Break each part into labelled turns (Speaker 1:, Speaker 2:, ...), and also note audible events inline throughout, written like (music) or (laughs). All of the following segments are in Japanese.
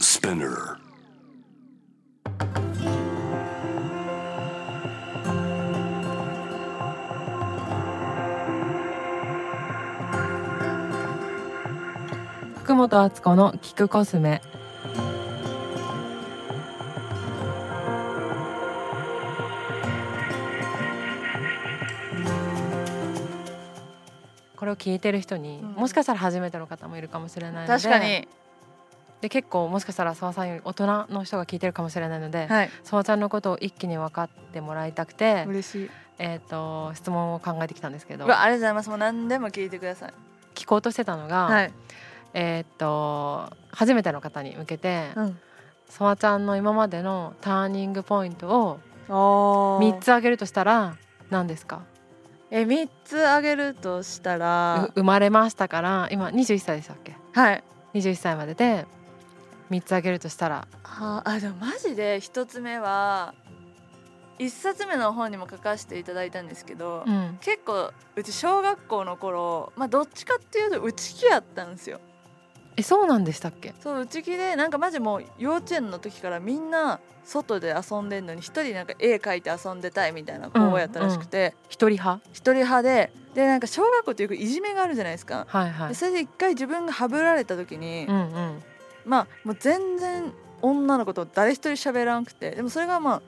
Speaker 1: Spinner.
Speaker 2: 福本敦子の聞くコスメこれを聞いてる人に、
Speaker 3: うん
Speaker 2: もしかしたら初めての方もいるかもしれないので
Speaker 3: 確かに、
Speaker 2: で結構もしかしたら澤さんより大人の人が聞いてるかもしれないので
Speaker 3: はい、
Speaker 2: 澤、ちゃんのことを一気に分かってもらいたくて、
Speaker 3: 嬉しい。
Speaker 2: えー、と質問を考えてきたんですけ
Speaker 3: う
Speaker 2: ど
Speaker 3: わ、ありがとうございます。もう何でも聞いてください。
Speaker 2: 聞こうとしてたのが、
Speaker 3: はい。
Speaker 2: えー、と初めての方に向けて
Speaker 3: うん。
Speaker 2: ソワちゃんの今までのターニングポイントを
Speaker 3: お
Speaker 2: 三つ。挙げるとしたら何ですか
Speaker 3: え、三つあげるとしたら
Speaker 2: う、生まれましたから今21歳でしたっけ
Speaker 3: はい。
Speaker 2: 21歳までで三つ挙げるとしたら
Speaker 3: はあ、あでもマジで一つ目は一冊目の本にも書かせていただいたんですけど、
Speaker 2: うん
Speaker 3: 結構うち小学校の頃、まあ、どっちかっていうと内気やったんですよ。
Speaker 2: えそうなんでしたっけ
Speaker 3: そう内気でなんかマジもう幼稚園の時からみんな外で遊んでんのに一人なんか絵描いて遊んでたいみたいな子やったらしくて
Speaker 2: 一人派
Speaker 3: 一、人派ででなんか小学校ってよくいじめがあるじゃないですか。
Speaker 2: はいはい
Speaker 3: でそれで一回自分がハブられた時に、
Speaker 2: うんうん
Speaker 3: まあもう全然女の子と誰一人喋らんくてでもそれがまあ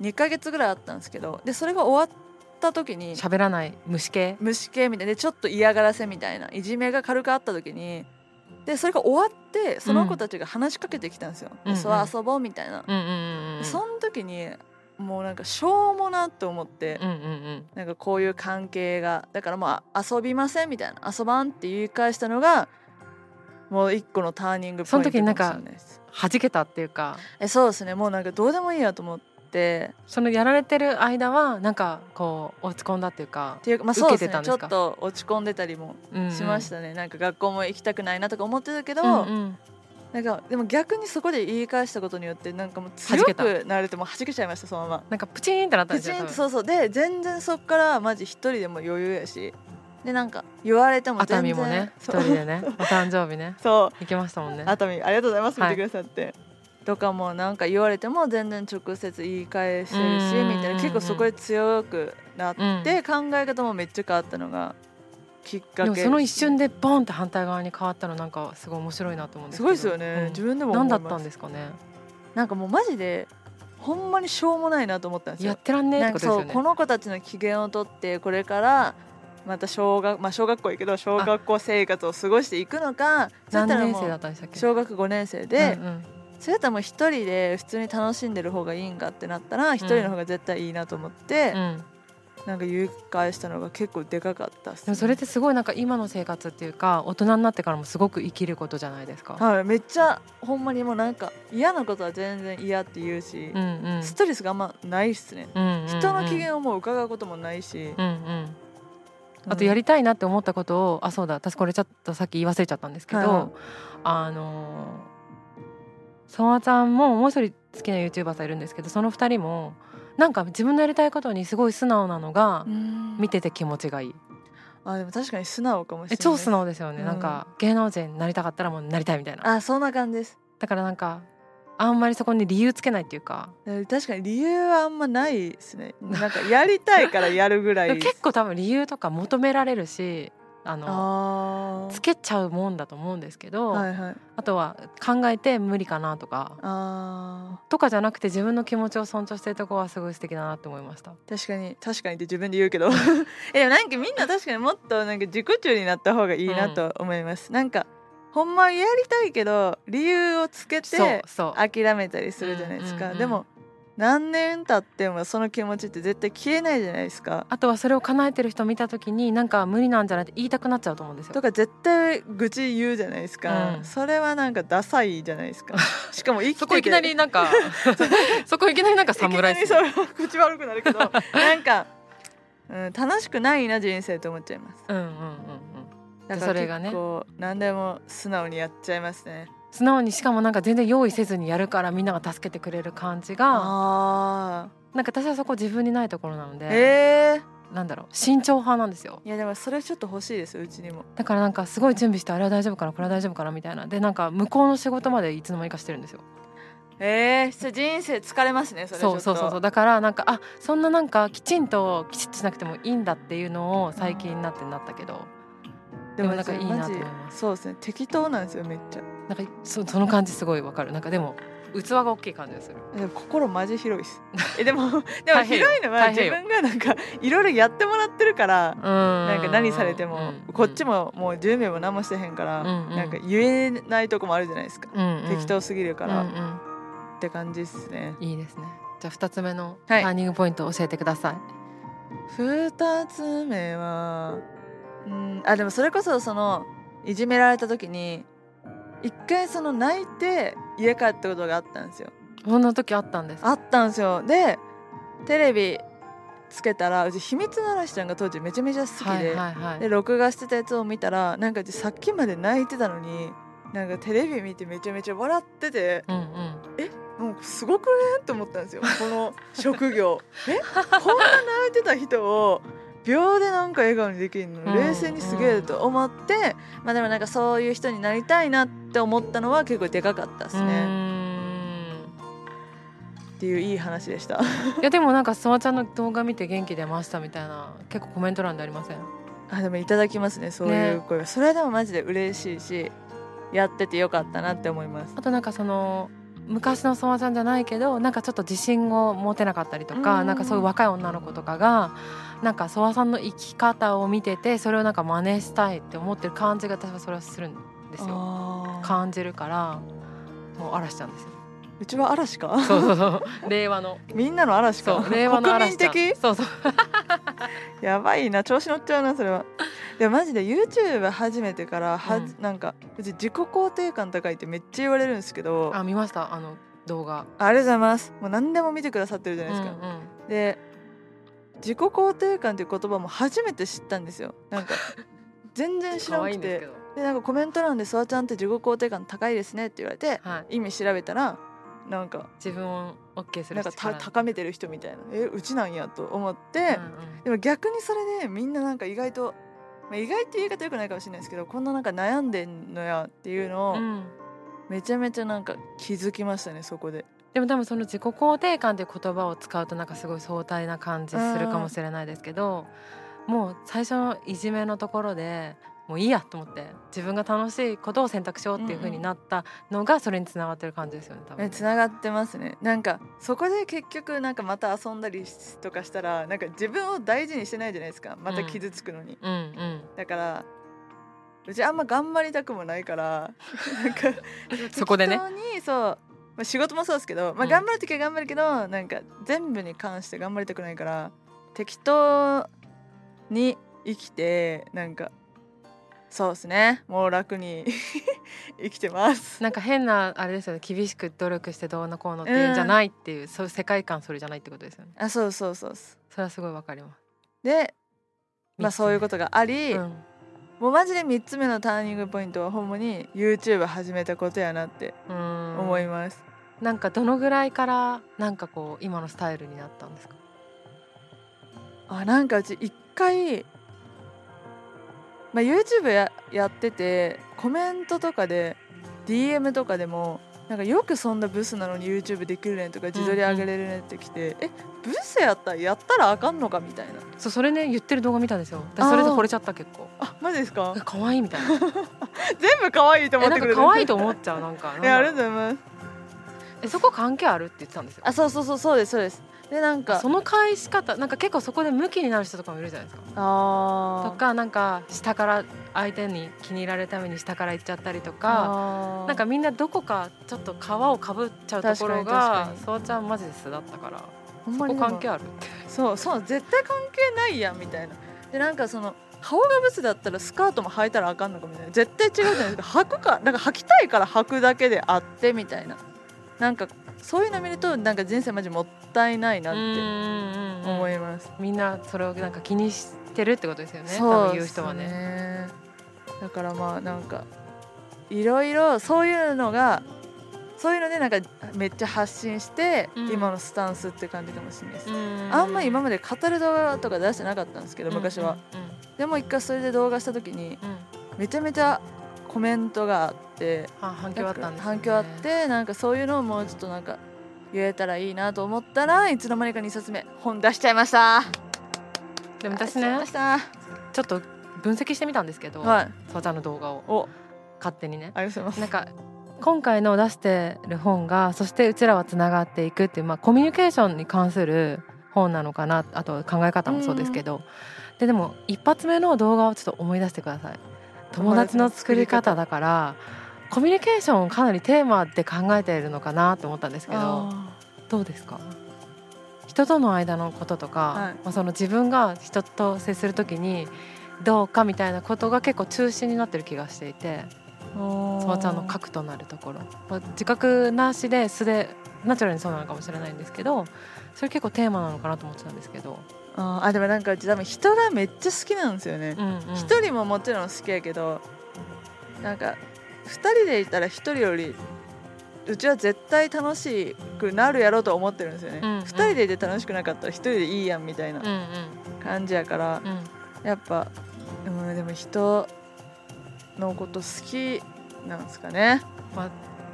Speaker 3: 2ヶ月ぐらいあったんですけどでそれが終わった時に
Speaker 2: 喋らない虫系
Speaker 3: 虫系みたいなでちょっと嫌がらせみたいないじめが軽くあった時にでそれが終わってその子たちが話しかけてきたんですよ。
Speaker 2: うん
Speaker 3: でそう遊ぼうみたいな、
Speaker 2: うんうんうんうん
Speaker 3: その時にもうなんかしょうもなと思って、
Speaker 2: うんうん
Speaker 3: なんかこういう関係がだからまあ遊びませんみたいな遊ばんって言い返したのがもう一個のターニングポイントかもしれないです。
Speaker 2: うん弾けたっていうか
Speaker 3: えそうですねもうなんかどうでもいいやと思って
Speaker 2: そのやられてる間はなんかこう落ち込んだっていうか
Speaker 3: っていうかまあそうです
Speaker 2: 受けてたん
Speaker 3: ね
Speaker 2: で
Speaker 3: ちょ
Speaker 2: す
Speaker 3: っ
Speaker 2: か
Speaker 3: と落ち込んでたりもしましたね、なんか学校も行きたくないなとか思ってたけど、
Speaker 2: うんうん
Speaker 3: なんかでも逆にそこで言い返したことによってなんかもう強
Speaker 2: 弾けた
Speaker 3: くなれてもう弾けちゃいましたそのまま。
Speaker 2: なんかプチーンってなったん
Speaker 3: プ
Speaker 2: です
Speaker 3: チ
Speaker 2: よ
Speaker 3: ン
Speaker 2: 多
Speaker 3: と
Speaker 2: 分
Speaker 3: そうそうで全然そっからマジ一人でも余裕やしでなんか言われても
Speaker 2: 熱
Speaker 3: 全
Speaker 2: 海
Speaker 3: 然
Speaker 2: もね一
Speaker 3: そう
Speaker 2: 人でねお誕生日ね
Speaker 3: そう
Speaker 2: 行きましたもんね
Speaker 3: 熱海ありがとうございます見
Speaker 2: はい
Speaker 3: てくださって、とかもなんか言われても全然直接言い返してるし
Speaker 2: うん
Speaker 3: みたいな結構そこで強くなっ
Speaker 2: うん
Speaker 3: て、考え方もめっちゃ変わったのがきっかけ
Speaker 2: でもその一瞬
Speaker 3: で
Speaker 2: でボンって反対側に変わったのなんかすごい面白いなと思うんですけ
Speaker 3: すごい
Speaker 2: ど
Speaker 3: ですよね、
Speaker 2: うん
Speaker 3: 自分でも
Speaker 2: 何だったん
Speaker 3: す
Speaker 2: ですかね
Speaker 3: なんかもうマジでほんまにしょうもないなと思ったんです
Speaker 2: や
Speaker 3: よ
Speaker 2: ってらんねえっ
Speaker 3: な
Speaker 2: てことで
Speaker 3: んか
Speaker 2: す
Speaker 3: そ
Speaker 2: よ
Speaker 3: う
Speaker 2: ね
Speaker 3: この子たちの機嫌をとってこれからまた小学まあ小学校行けど小学校生活を過ごしていくのか
Speaker 2: 何
Speaker 3: そうやったら
Speaker 2: 年
Speaker 3: も
Speaker 2: 生だっ
Speaker 3: う
Speaker 2: たんでしたっけ
Speaker 3: 小学5年生で、
Speaker 2: うんうん
Speaker 3: それやったらもう一人で普通に楽しんでる方がいいんかってなったら一人の方が絶対いいなと思って、
Speaker 2: うんで
Speaker 3: なんか誘拐したのが結構でかかったっすね、
Speaker 2: もそれってすごいなんか今の生活っていうか大人になってからもすごく生きることじゃないですか
Speaker 3: はいめっちゃほんまにもうなんか嫌なことは全然嫌って言うし、
Speaker 2: うんうん
Speaker 3: ストレスがあんまないっすね、
Speaker 2: うんうんうん
Speaker 3: 人の機嫌をもう伺うこともないし、
Speaker 2: うんうんあとやりたいなって思ったことをあそうだ私これちょっとさっき言い忘れちゃったんですけど、
Speaker 3: はいはい
Speaker 2: あのそわちゃんももう一人好きな YouTuber さんいるんですけどその二人もなんか自分のやりたいことにすごい素直なのが
Speaker 3: うん
Speaker 2: 見てて気持ちがいい、
Speaker 3: あでも確かに素直かもしれな
Speaker 2: え
Speaker 3: い
Speaker 2: 超素直ですよね、
Speaker 3: うん
Speaker 2: なんか芸能人になりたかったらもうなりたいみたいな
Speaker 3: あそんな感じです
Speaker 2: だからなんかあんまりそこに理由つけないっていうか、
Speaker 3: え確かに理由はあんまないですねなんかやりたいからやるぐら
Speaker 2: で
Speaker 3: い
Speaker 2: も結構多分理由とか求められるしあの
Speaker 3: あ
Speaker 2: つ
Speaker 3: ー
Speaker 2: けちゃうもんだと思うんですけど、
Speaker 3: はいはい
Speaker 2: あとは考えて無理かなとか
Speaker 3: あ
Speaker 2: とかじゃなくて自分の気持ちを尊重してるとこはすごい素敵だなって思いました。
Speaker 3: ー確かに確かにって自分で言うけど (laughs) えでもなんかみんな確かにもっとなんか自己中になった方がいいなと思います、なんかほんまやりたいけど理由をつけ
Speaker 2: そう
Speaker 3: て
Speaker 2: そう。
Speaker 3: 諦めたりするじゃないですか、
Speaker 2: うんうんうん
Speaker 3: でも何年経ってもその気持ちって絶対消えないじゃないですか
Speaker 2: あとはそれを叶えてる人見た時になんか無理なんじゃないって言いたくなっちゃうと思うんですよ
Speaker 3: と。か絶対愚痴言うじゃないですか、
Speaker 2: うん
Speaker 3: それはなんかダサいじゃな
Speaker 2: (laughs)
Speaker 3: いですかしかも生きてて
Speaker 2: そこいきなりなんか (laughs) そこいきなりなんか侍
Speaker 3: いきなりその口悪くなるけどなんか、うん、楽しくないな人生と思っちゃいます
Speaker 2: うんうんうんうん。
Speaker 3: だ
Speaker 2: じゃ
Speaker 3: か
Speaker 2: あそ
Speaker 3: ら
Speaker 2: れがね
Speaker 3: 結構何でも素直にやっちゃいますね
Speaker 2: 素直にしかもなんか全然用意せずにやるからみんなが助けてくれる感じが
Speaker 3: あ
Speaker 2: なんか私はそこ自分にないところなので、
Speaker 3: あえー
Speaker 2: なんだろう慎重派なんですよ
Speaker 3: いやでもそれちょっと欲しいですうちにも
Speaker 2: だからなんかすごい準備してあれは大丈夫かなこれは大丈夫かなみたいなでなんか向こうの仕事までいつの間にかしてるんですよ
Speaker 3: ええそれ人生疲れますねそれちょっ
Speaker 2: そうそ
Speaker 3: と
Speaker 2: うそうそうだからなんかあそんななんかきちんときちっとしなくてもいいんだっていうのを最近になってなったけど
Speaker 3: で
Speaker 2: でもなんかいいなと思います
Speaker 3: そうですね適当なんですよめっちゃ
Speaker 2: なんかそその感じすごいわかるなんかでも器が大きい感じがする
Speaker 3: でも心マジ広いです
Speaker 2: (laughs)
Speaker 3: えでもでも
Speaker 2: 大変よ
Speaker 3: 広いのは
Speaker 2: 大
Speaker 3: 自
Speaker 2: 変よ
Speaker 3: 分がなんかいろいろやってもらってるから
Speaker 2: な
Speaker 3: なんか何されてもこっち
Speaker 2: も、
Speaker 3: ももう10名も何もしてへんから
Speaker 2: うんうん
Speaker 3: なんか言えないとこもあるじゃないですか
Speaker 2: うんうん
Speaker 3: 適当すぎるか
Speaker 2: うん
Speaker 3: ら
Speaker 2: うん
Speaker 3: って感じですね
Speaker 2: いいですね。じゃあ二つ目のタ
Speaker 3: はい
Speaker 2: ーニングポイントを教えてください。
Speaker 3: 2つ目はうんあでもそれこそそのいじめられた時に一回その泣いて家帰ったことがあったんですよ
Speaker 2: こんな時あったんです。
Speaker 3: あったんですよでテレビつけたらうち秘密の嵐ちゃんが当時めちゃめちゃ好きで,、
Speaker 2: はいはいはい。
Speaker 3: で録画してたやつを見たらなんかうちさっきまで泣いてたのになんかテレビ見てめちゃめちゃ笑ってて
Speaker 2: うんうん。
Speaker 3: もうすごくねと思ったんですよこの職業 (laughs) えこんな泣いてた人を秒でなんか笑顔にできる
Speaker 2: う
Speaker 3: の
Speaker 2: ん
Speaker 3: 冷静にすげえと思って、まあでもなんかそういう人になりたいなって思ったのは結構でかかったです
Speaker 2: う
Speaker 3: ね、
Speaker 2: ーん
Speaker 3: っていういい話でした
Speaker 2: い
Speaker 3: (laughs)
Speaker 2: やでもなんかスワちゃんの動画見て元気出ましたみたいな結構コメント欄でありません。
Speaker 3: あでもいただきますねそういう声、それはでもマジで嬉しいしやっててよかったなって思います
Speaker 2: あとなんかその昔のスワちゃんじゃないけどなんかちょっと自信を持てなかったりとか、
Speaker 3: うん
Speaker 2: なんかそういう若い女の子とかがなんかソワさんの生き方を見ててそれをなんか真似したいって思ってる感じが私はそれはするんですよ。
Speaker 3: あー
Speaker 2: 感じるからもう嵐ちゃん
Speaker 3: (laughs)
Speaker 2: ですよ。
Speaker 3: うちは嵐か (laughs)
Speaker 2: そうそうそう令和の
Speaker 3: みんなの嵐
Speaker 2: そ
Speaker 3: か
Speaker 2: う令和の嵐ちゃん
Speaker 3: 国民的
Speaker 2: そうそう
Speaker 3: やばいな調子乗っちゃうなそれはでもマジで YouTube 始めてからは、
Speaker 2: うん
Speaker 3: なんかうち自己肯定感高いってめっちゃ言われるんですけどあ
Speaker 2: あ見ましたあの動画
Speaker 3: りがとうございますもう何でも見てくださってるじゃ
Speaker 2: う
Speaker 3: なんいうですか、
Speaker 2: ん
Speaker 3: で自己肯定感っていう言葉も初めて知ったんですよなん
Speaker 2: (laughs)
Speaker 3: か全然知
Speaker 2: 可
Speaker 3: らな
Speaker 2: 愛い
Speaker 3: く
Speaker 2: んです
Speaker 3: て
Speaker 2: けど
Speaker 3: でなんかコメント欄で「ソワちゃんって自己肯定感高いですね」って言われて
Speaker 2: はい
Speaker 3: 意味調べたらなんか
Speaker 2: 自分を OK する
Speaker 3: なんか
Speaker 2: 力
Speaker 3: た高めてる人みたいなえうちなんやと思って、でも逆にそれでみんななんか意外と、まあ、意外っていう言い方よくないかもしれないですけどこんななんか悩んでんのやっていうの
Speaker 2: うんう
Speaker 3: を
Speaker 2: んうん
Speaker 3: めちゃめちゃなんか気づきましたねそこで。
Speaker 2: でも多分その自己肯定感っていう言葉を使うとなんかすごい壮大な感じするかもしれないですけどもう最初のいじめのところでもういいやと思って自分が楽しいことを選択しようっていう風になったのがそれにつながってる感じですよね多分
Speaker 3: えつながってますねなんかそこで結局なんかまた遊んだりとかしたらなんか自分を大事にしてないじゃないですかまた傷つくのに、
Speaker 2: うんうん
Speaker 3: だからうちあんま頑張りたくもないからなんか
Speaker 2: (laughs) そこでね
Speaker 3: 適当にそう、まあ、仕事もそうですけど、
Speaker 2: う
Speaker 3: まあ、
Speaker 2: ん
Speaker 3: 頑張る時は頑張るけど、なんか全部に関して頑張りたくないから適当に生きてなんかそうですねもう楽に (laughs) 生きてます。
Speaker 2: なんか変なあれですよね厳しく努力してどうのこうのっていうんじゃないっていう、そういう世界観それじゃないってことですよね
Speaker 3: あそうそうそうそう
Speaker 2: それはすごいわかります
Speaker 3: でまあそういうことがあり、
Speaker 2: うん
Speaker 3: もうマジで3つ目のターニングポイントはほんまに YouTube 始めたことやなって
Speaker 2: うん
Speaker 3: 思います。
Speaker 2: なんかどのぐらいからなんかこう今のスタイルになったんですか
Speaker 3: あなんかうち一回、まあ、YouTube ややっててコメントとかで DM とかでもなんかよくそんなブスなのに YouTube できるねんとか自撮り上げれるねんってきて、えブスやったらやったらあかんのかみたいな
Speaker 2: そうそれね言ってる動画見たんですよ
Speaker 3: あ
Speaker 2: 私
Speaker 3: ー
Speaker 2: それで惚れちゃった結構
Speaker 3: あマジですか
Speaker 2: (laughs) え可愛いみ
Speaker 3: (laughs)
Speaker 2: たいな
Speaker 3: 全部可愛いと思
Speaker 2: え
Speaker 3: っ
Speaker 2: な
Speaker 3: て
Speaker 2: ん
Speaker 3: く
Speaker 2: か
Speaker 3: れる
Speaker 2: 可愛いと思っちゃうなんかなん
Speaker 3: えあ
Speaker 2: だ
Speaker 3: り
Speaker 2: ろ
Speaker 3: がと
Speaker 2: う
Speaker 3: うご (laughs) ざいます
Speaker 2: えそこ関係あるって言ってたんですよ
Speaker 3: あそうそうそうそうですそうですでなんか
Speaker 2: その返し方なんか結構そこでムキになる人とかもいるじゃないですかと
Speaker 3: あー
Speaker 2: かなんか下から相手に気に入られるために下から行っちゃったりとか
Speaker 3: あー
Speaker 2: なんかみんなどこかちょっと皮をかぶっちゃうところ
Speaker 3: 確かに確
Speaker 2: が
Speaker 3: かに
Speaker 2: そうちゃんマジで素だったから
Speaker 3: ほん
Speaker 2: そ
Speaker 3: ま
Speaker 2: こ
Speaker 3: にでも
Speaker 2: 関係あるって
Speaker 3: そうそう絶対関係ないやんみたいなでなんかその顔がブスだったらスカートも履いたらあかんのかみたいな絶対違うじゃないですか履くかなんか履きたいから履くだけであってみたいななんかそういうの見るとなんか人生マジもったいないなって思
Speaker 2: 思
Speaker 3: います、
Speaker 2: みんなそれをなんか気にしてるってことですよね多
Speaker 3: そう
Speaker 2: 分
Speaker 3: で
Speaker 2: 言
Speaker 3: す
Speaker 2: う人はね
Speaker 3: ねだからまあなんかいろいろそういうのがそういうのでなんかめっちゃ発信して、
Speaker 2: うん
Speaker 3: 今のスタンスって感じかもしれないです、
Speaker 2: うん
Speaker 3: あんま今まで語る動画とか出してなかったんですけど昔は、でも一回それで動画した時に
Speaker 2: うんうんうんうん
Speaker 3: めちゃめちゃコメントがあって
Speaker 2: あ反響あったんです、ね、
Speaker 3: 反響あってなんかそういうのをもうちょっとなんか言えたらいいなと思ったらいつの間にか2冊目本出しちゃいました
Speaker 2: でも私
Speaker 3: 出しちゃい
Speaker 2: ね
Speaker 3: ました
Speaker 2: ちょっと分析してみたんですけど、
Speaker 3: はい
Speaker 2: そうちゃんの動画を
Speaker 3: お
Speaker 2: 勝手にね
Speaker 3: ありがとうございます
Speaker 2: なんか今回の出してる本がそしてうちらはつながっていくっていう、まあ、コミュニケーションに関する本なのかなあと考え方もそうですけど、ででも一発目の動画をちょっと思い出してください友達の作り方だからコミュニケーションをかなりテーマで考えているのかなと思ったんですけど
Speaker 3: あ
Speaker 2: どうですか人との間のこととか、
Speaker 3: はい
Speaker 2: まあ、その自分が人と接する時にどうかみたいなことが結構中心になってる気がしていて。
Speaker 3: ーおー
Speaker 2: そばちゃんの核となるところ、まあ、自覚なしで素でナチュラルにそうなのかもしれないんですけどそれ結構テーマなのかなと思ってたんですけど、
Speaker 3: あーあでもなんかうち多分人がめっちゃ好きなんですよね
Speaker 2: うんうん
Speaker 3: 一、人ももちろん好きやけどなんか二人でいたら一人よりうちは絶対楽しくなるやろうと思ってるんですよね、
Speaker 2: う
Speaker 3: 二
Speaker 2: んうん
Speaker 3: 人でいて楽しくなかったら一人でいいやんみたいな
Speaker 2: うんうん
Speaker 3: 感じやから、
Speaker 2: うん
Speaker 3: やっぱうんでも人のこと好きなんですかね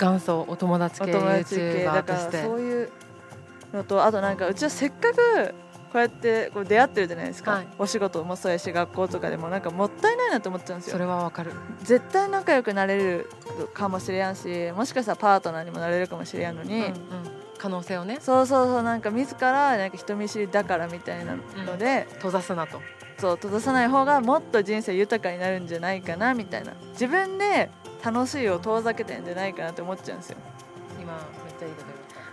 Speaker 2: 元祖お友達
Speaker 3: お
Speaker 2: 系
Speaker 3: 友達系
Speaker 2: YouTuber
Speaker 3: だ
Speaker 2: と
Speaker 3: か
Speaker 2: し
Speaker 3: ら
Speaker 2: て
Speaker 3: そういうのとあとなんかうちはせっかくこうやってこう出会ってるじゃないですか、
Speaker 2: はい
Speaker 3: お仕事もそうやし学校とかでもなんかもったいないなと思っちゃうんです
Speaker 2: そ
Speaker 3: よ
Speaker 2: れはわかる
Speaker 3: 絶対仲良くなれるかもしれやんしもしかしたらパートナーにもなれるかもしれやんのに、
Speaker 2: うんうん可能性をね
Speaker 3: そうそうそうなんか自らなんか人見知りだからみたいなので、
Speaker 2: 閉ざすなと
Speaker 3: そう閉ざさない方がもっと人生豊かになるんじゃないかなみたいな自分で楽しいを遠ざけてんじゃないかなって思っちゃうんですよ
Speaker 2: 今めっちゃいいこと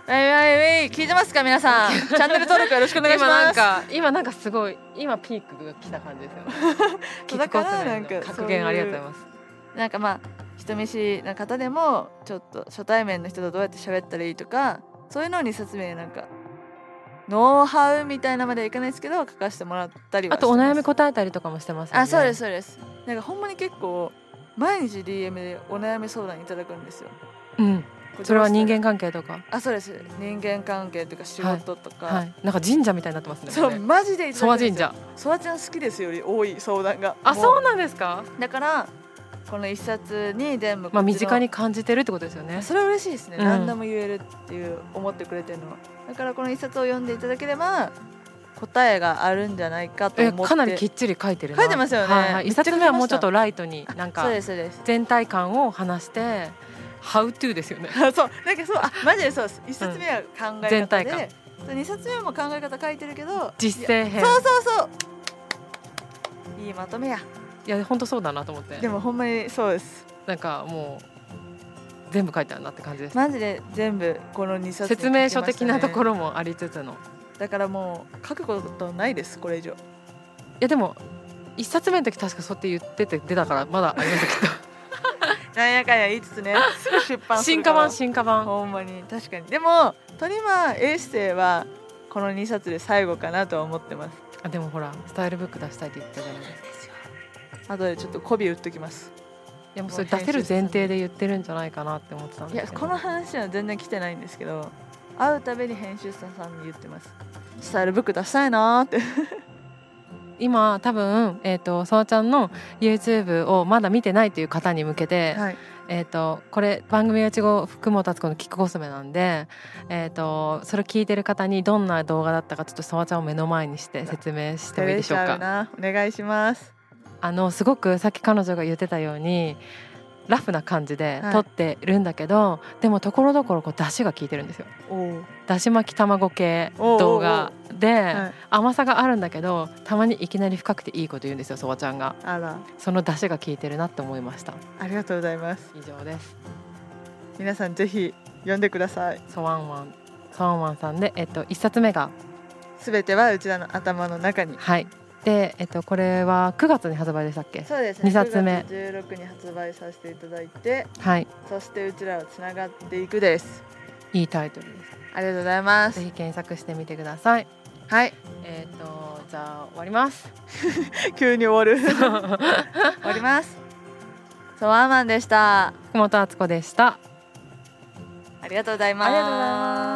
Speaker 2: 言う
Speaker 3: ウェイウェイウェイ聞いてますか
Speaker 2: (laughs)
Speaker 3: 皆さんチャンネル登録よろしくお願いし
Speaker 2: 今な
Speaker 3: ま
Speaker 2: ん
Speaker 3: す
Speaker 2: か今なんかすごい今ピークが来た感じですよね
Speaker 3: (laughs) そうだからなんか
Speaker 2: キックコース内の
Speaker 3: そ
Speaker 2: 格
Speaker 3: ういう
Speaker 2: 言ありがとうございます
Speaker 3: なんかまあ人見知りな方でもちょっと初対面の人とどうやって喋ったらいいとかそういうのに説明なんかノウハウみたいなまではいかないですけど書かせてもらったりは
Speaker 2: あとお悩み
Speaker 3: こ
Speaker 2: 答えたりとかもしてますよね
Speaker 3: あそうですそうですなんかほんまに結構毎日 DM でお悩み相談いただくんですよ
Speaker 2: うんそれは人間関係とか
Speaker 3: あそうです人間関係とか仕事とか、
Speaker 2: はいなんか神社みたいになってますね
Speaker 3: そ
Speaker 2: これ
Speaker 3: う
Speaker 2: ね
Speaker 3: マジでいた
Speaker 2: ソワ
Speaker 3: だくんですよ
Speaker 2: 神社
Speaker 3: ソワちゃん好きですより多い相談が
Speaker 2: あ
Speaker 3: も
Speaker 2: そうなんですか
Speaker 3: だからこの一冊に全部
Speaker 2: まあ
Speaker 3: こっ
Speaker 2: 身
Speaker 3: ちの
Speaker 2: 近に感じてるってことですよね
Speaker 3: それは嬉しいですね、
Speaker 2: うん
Speaker 3: 何でも言えるっていう思ってくれてるのはだからこの一冊を読んでいただければ答えがあるんじゃないかと
Speaker 2: え
Speaker 3: 思って
Speaker 2: かなりきっちり書いてるな
Speaker 3: 書いてますよね
Speaker 2: はいはい
Speaker 3: め
Speaker 2: 一
Speaker 3: っちゃ書きま
Speaker 2: 冊
Speaker 3: した
Speaker 2: 目はもうちょっとライトになん
Speaker 3: そう
Speaker 2: か
Speaker 3: ですそうです (laughs)
Speaker 2: 全体感を話して「How to」ですよね
Speaker 3: そうなんかそうあマジでそうです一冊目は考え
Speaker 2: 全
Speaker 3: 方
Speaker 2: 体
Speaker 3: で、
Speaker 2: 感
Speaker 3: そう二冊目も考え方書いてるけど
Speaker 2: 実
Speaker 3: いや
Speaker 2: 践編
Speaker 3: そうそうそういいまとめや
Speaker 2: いや本当そうだなと思って
Speaker 3: でもほんまにそうです
Speaker 2: なんかもう全部書いてあるなって感じです
Speaker 3: マジで全部この二冊に
Speaker 2: 説明書的なとこ
Speaker 3: ろ
Speaker 2: ろもありつつの
Speaker 3: だからもう書くことないですこれ以上
Speaker 2: いやでも一冊目の時確かそうやって言ってて出たからまだあります
Speaker 3: (laughs)
Speaker 2: きっ
Speaker 3: なんやかんや言いつつねすぐ (laughs) 出版
Speaker 2: と
Speaker 3: する
Speaker 2: 進
Speaker 3: か
Speaker 2: 化
Speaker 3: ら
Speaker 2: 版進化版
Speaker 3: ほんまに確かにでもトリマーエッセイはこの2冊で最後かなとは思ってます
Speaker 2: あでもほらスタイルブック出したいって言ったじゃないですか
Speaker 3: 後でちょっと媚び打っときます
Speaker 2: いやもうそれ出せる前提で言ってるんじゃないかなって思ってたん
Speaker 3: い
Speaker 2: で
Speaker 3: や
Speaker 2: すけど
Speaker 3: この話は全然来てないんですけど会うたびに編集者さんに言ってますスタイルブック出したいなーって
Speaker 2: 今多分えっ、とそわちゃんの YouTube をまだ見てないという方に向けて、
Speaker 3: はい
Speaker 2: えっ、とこれ番組はちご福本達子のキックコスメなんでえっ、とそれ聞いてる方にどんな動画だったかちょっとそわちゃんを目の前にして説明して
Speaker 3: 照
Speaker 2: もいい
Speaker 3: れ
Speaker 2: でし
Speaker 3: ち
Speaker 2: ょう
Speaker 3: ゃう
Speaker 2: か
Speaker 3: なお願いします
Speaker 2: あのすごくさっき彼女が言ってたようにラフな感じで
Speaker 3: はい
Speaker 2: 撮ってるんだけど、でもところどころこう出汁が効いてるんですよ
Speaker 3: おお
Speaker 2: だし巻き卵系
Speaker 3: おうおうおう
Speaker 2: 動画で、
Speaker 3: はい
Speaker 2: 甘さがあるんだけどたまにいきなり深くていいこと言うんですよそばちゃんが
Speaker 3: あら
Speaker 2: その出汁が効いてるなって思いました
Speaker 3: ありがとうございます
Speaker 2: 以上です
Speaker 3: 皆さんぜひ読んでください
Speaker 2: ソワンワンソワンワンさんでえっと一冊目が
Speaker 3: すべてはうちらの頭の中に
Speaker 2: はいでえっとこれは9月に発売でしたっけ
Speaker 3: そうです
Speaker 2: 二冊目
Speaker 3: 9月16に発売させていただいて
Speaker 2: はい
Speaker 3: そしてうちらはつながっていくです。
Speaker 2: いいタイトルです
Speaker 3: ありがとうございま
Speaker 2: ぜ。ひ検索してみてください
Speaker 3: はい、
Speaker 2: えっとじゃあ終わります
Speaker 3: 急に (laughs) 終わる。終
Speaker 2: 福
Speaker 3: わります。そう、アーマンでした。
Speaker 2: 本敦子でした
Speaker 3: あ
Speaker 4: りがとうございます
Speaker 3: ありがとうございます